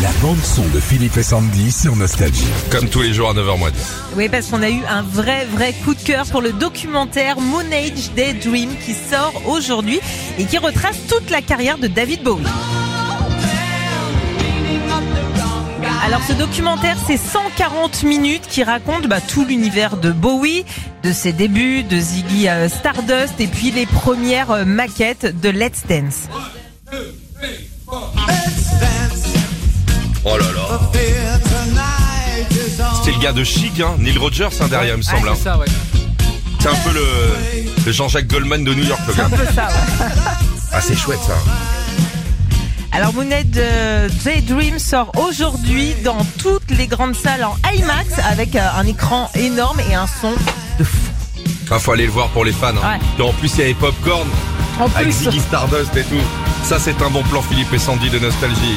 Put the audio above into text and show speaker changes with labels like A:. A: La bande son de Philippe et Sandy sur Nostalgie.
B: Comme tous les jours à 9h moins.
C: Oui, parce qu'on a eu un vrai, vrai coup de cœur pour le documentaire Moon Age Daydream qui sort aujourd'hui et qui retrace toute la carrière de David Bowie.
B: Ah,
C: Alors ce documentaire, c'est 140 minutes qui raconte bah, tout l'univers de Bowie, de ses débuts, de Ziggy euh, Stardust et puis les premières euh, maquettes de Let's Dance.
B: Oh là là. C'était le gars de Chic, hein. Neil Rogers, hein, derrière, il me semble. hein.
D: ça, ouais.
B: C'est un peu le, le Jean-Jacques Goldman de New York, le gars.
C: Un peu ça, ouais.
B: Ah, c'est chouette, ça.
C: Alors Moonhead de Daydream sort aujourd'hui dans toutes les grandes salles en IMAX avec euh, un écran énorme et un son de fou.
B: Ah, faut aller le voir pour les fans. Hein.
C: Ouais.
B: Puis en plus, il y avait Popcorn
C: En
B: avec
C: plus,
B: Ziggy Stardust et tout. Ça, c'est un bon plan, Philippe et Sandy de Nostalgie.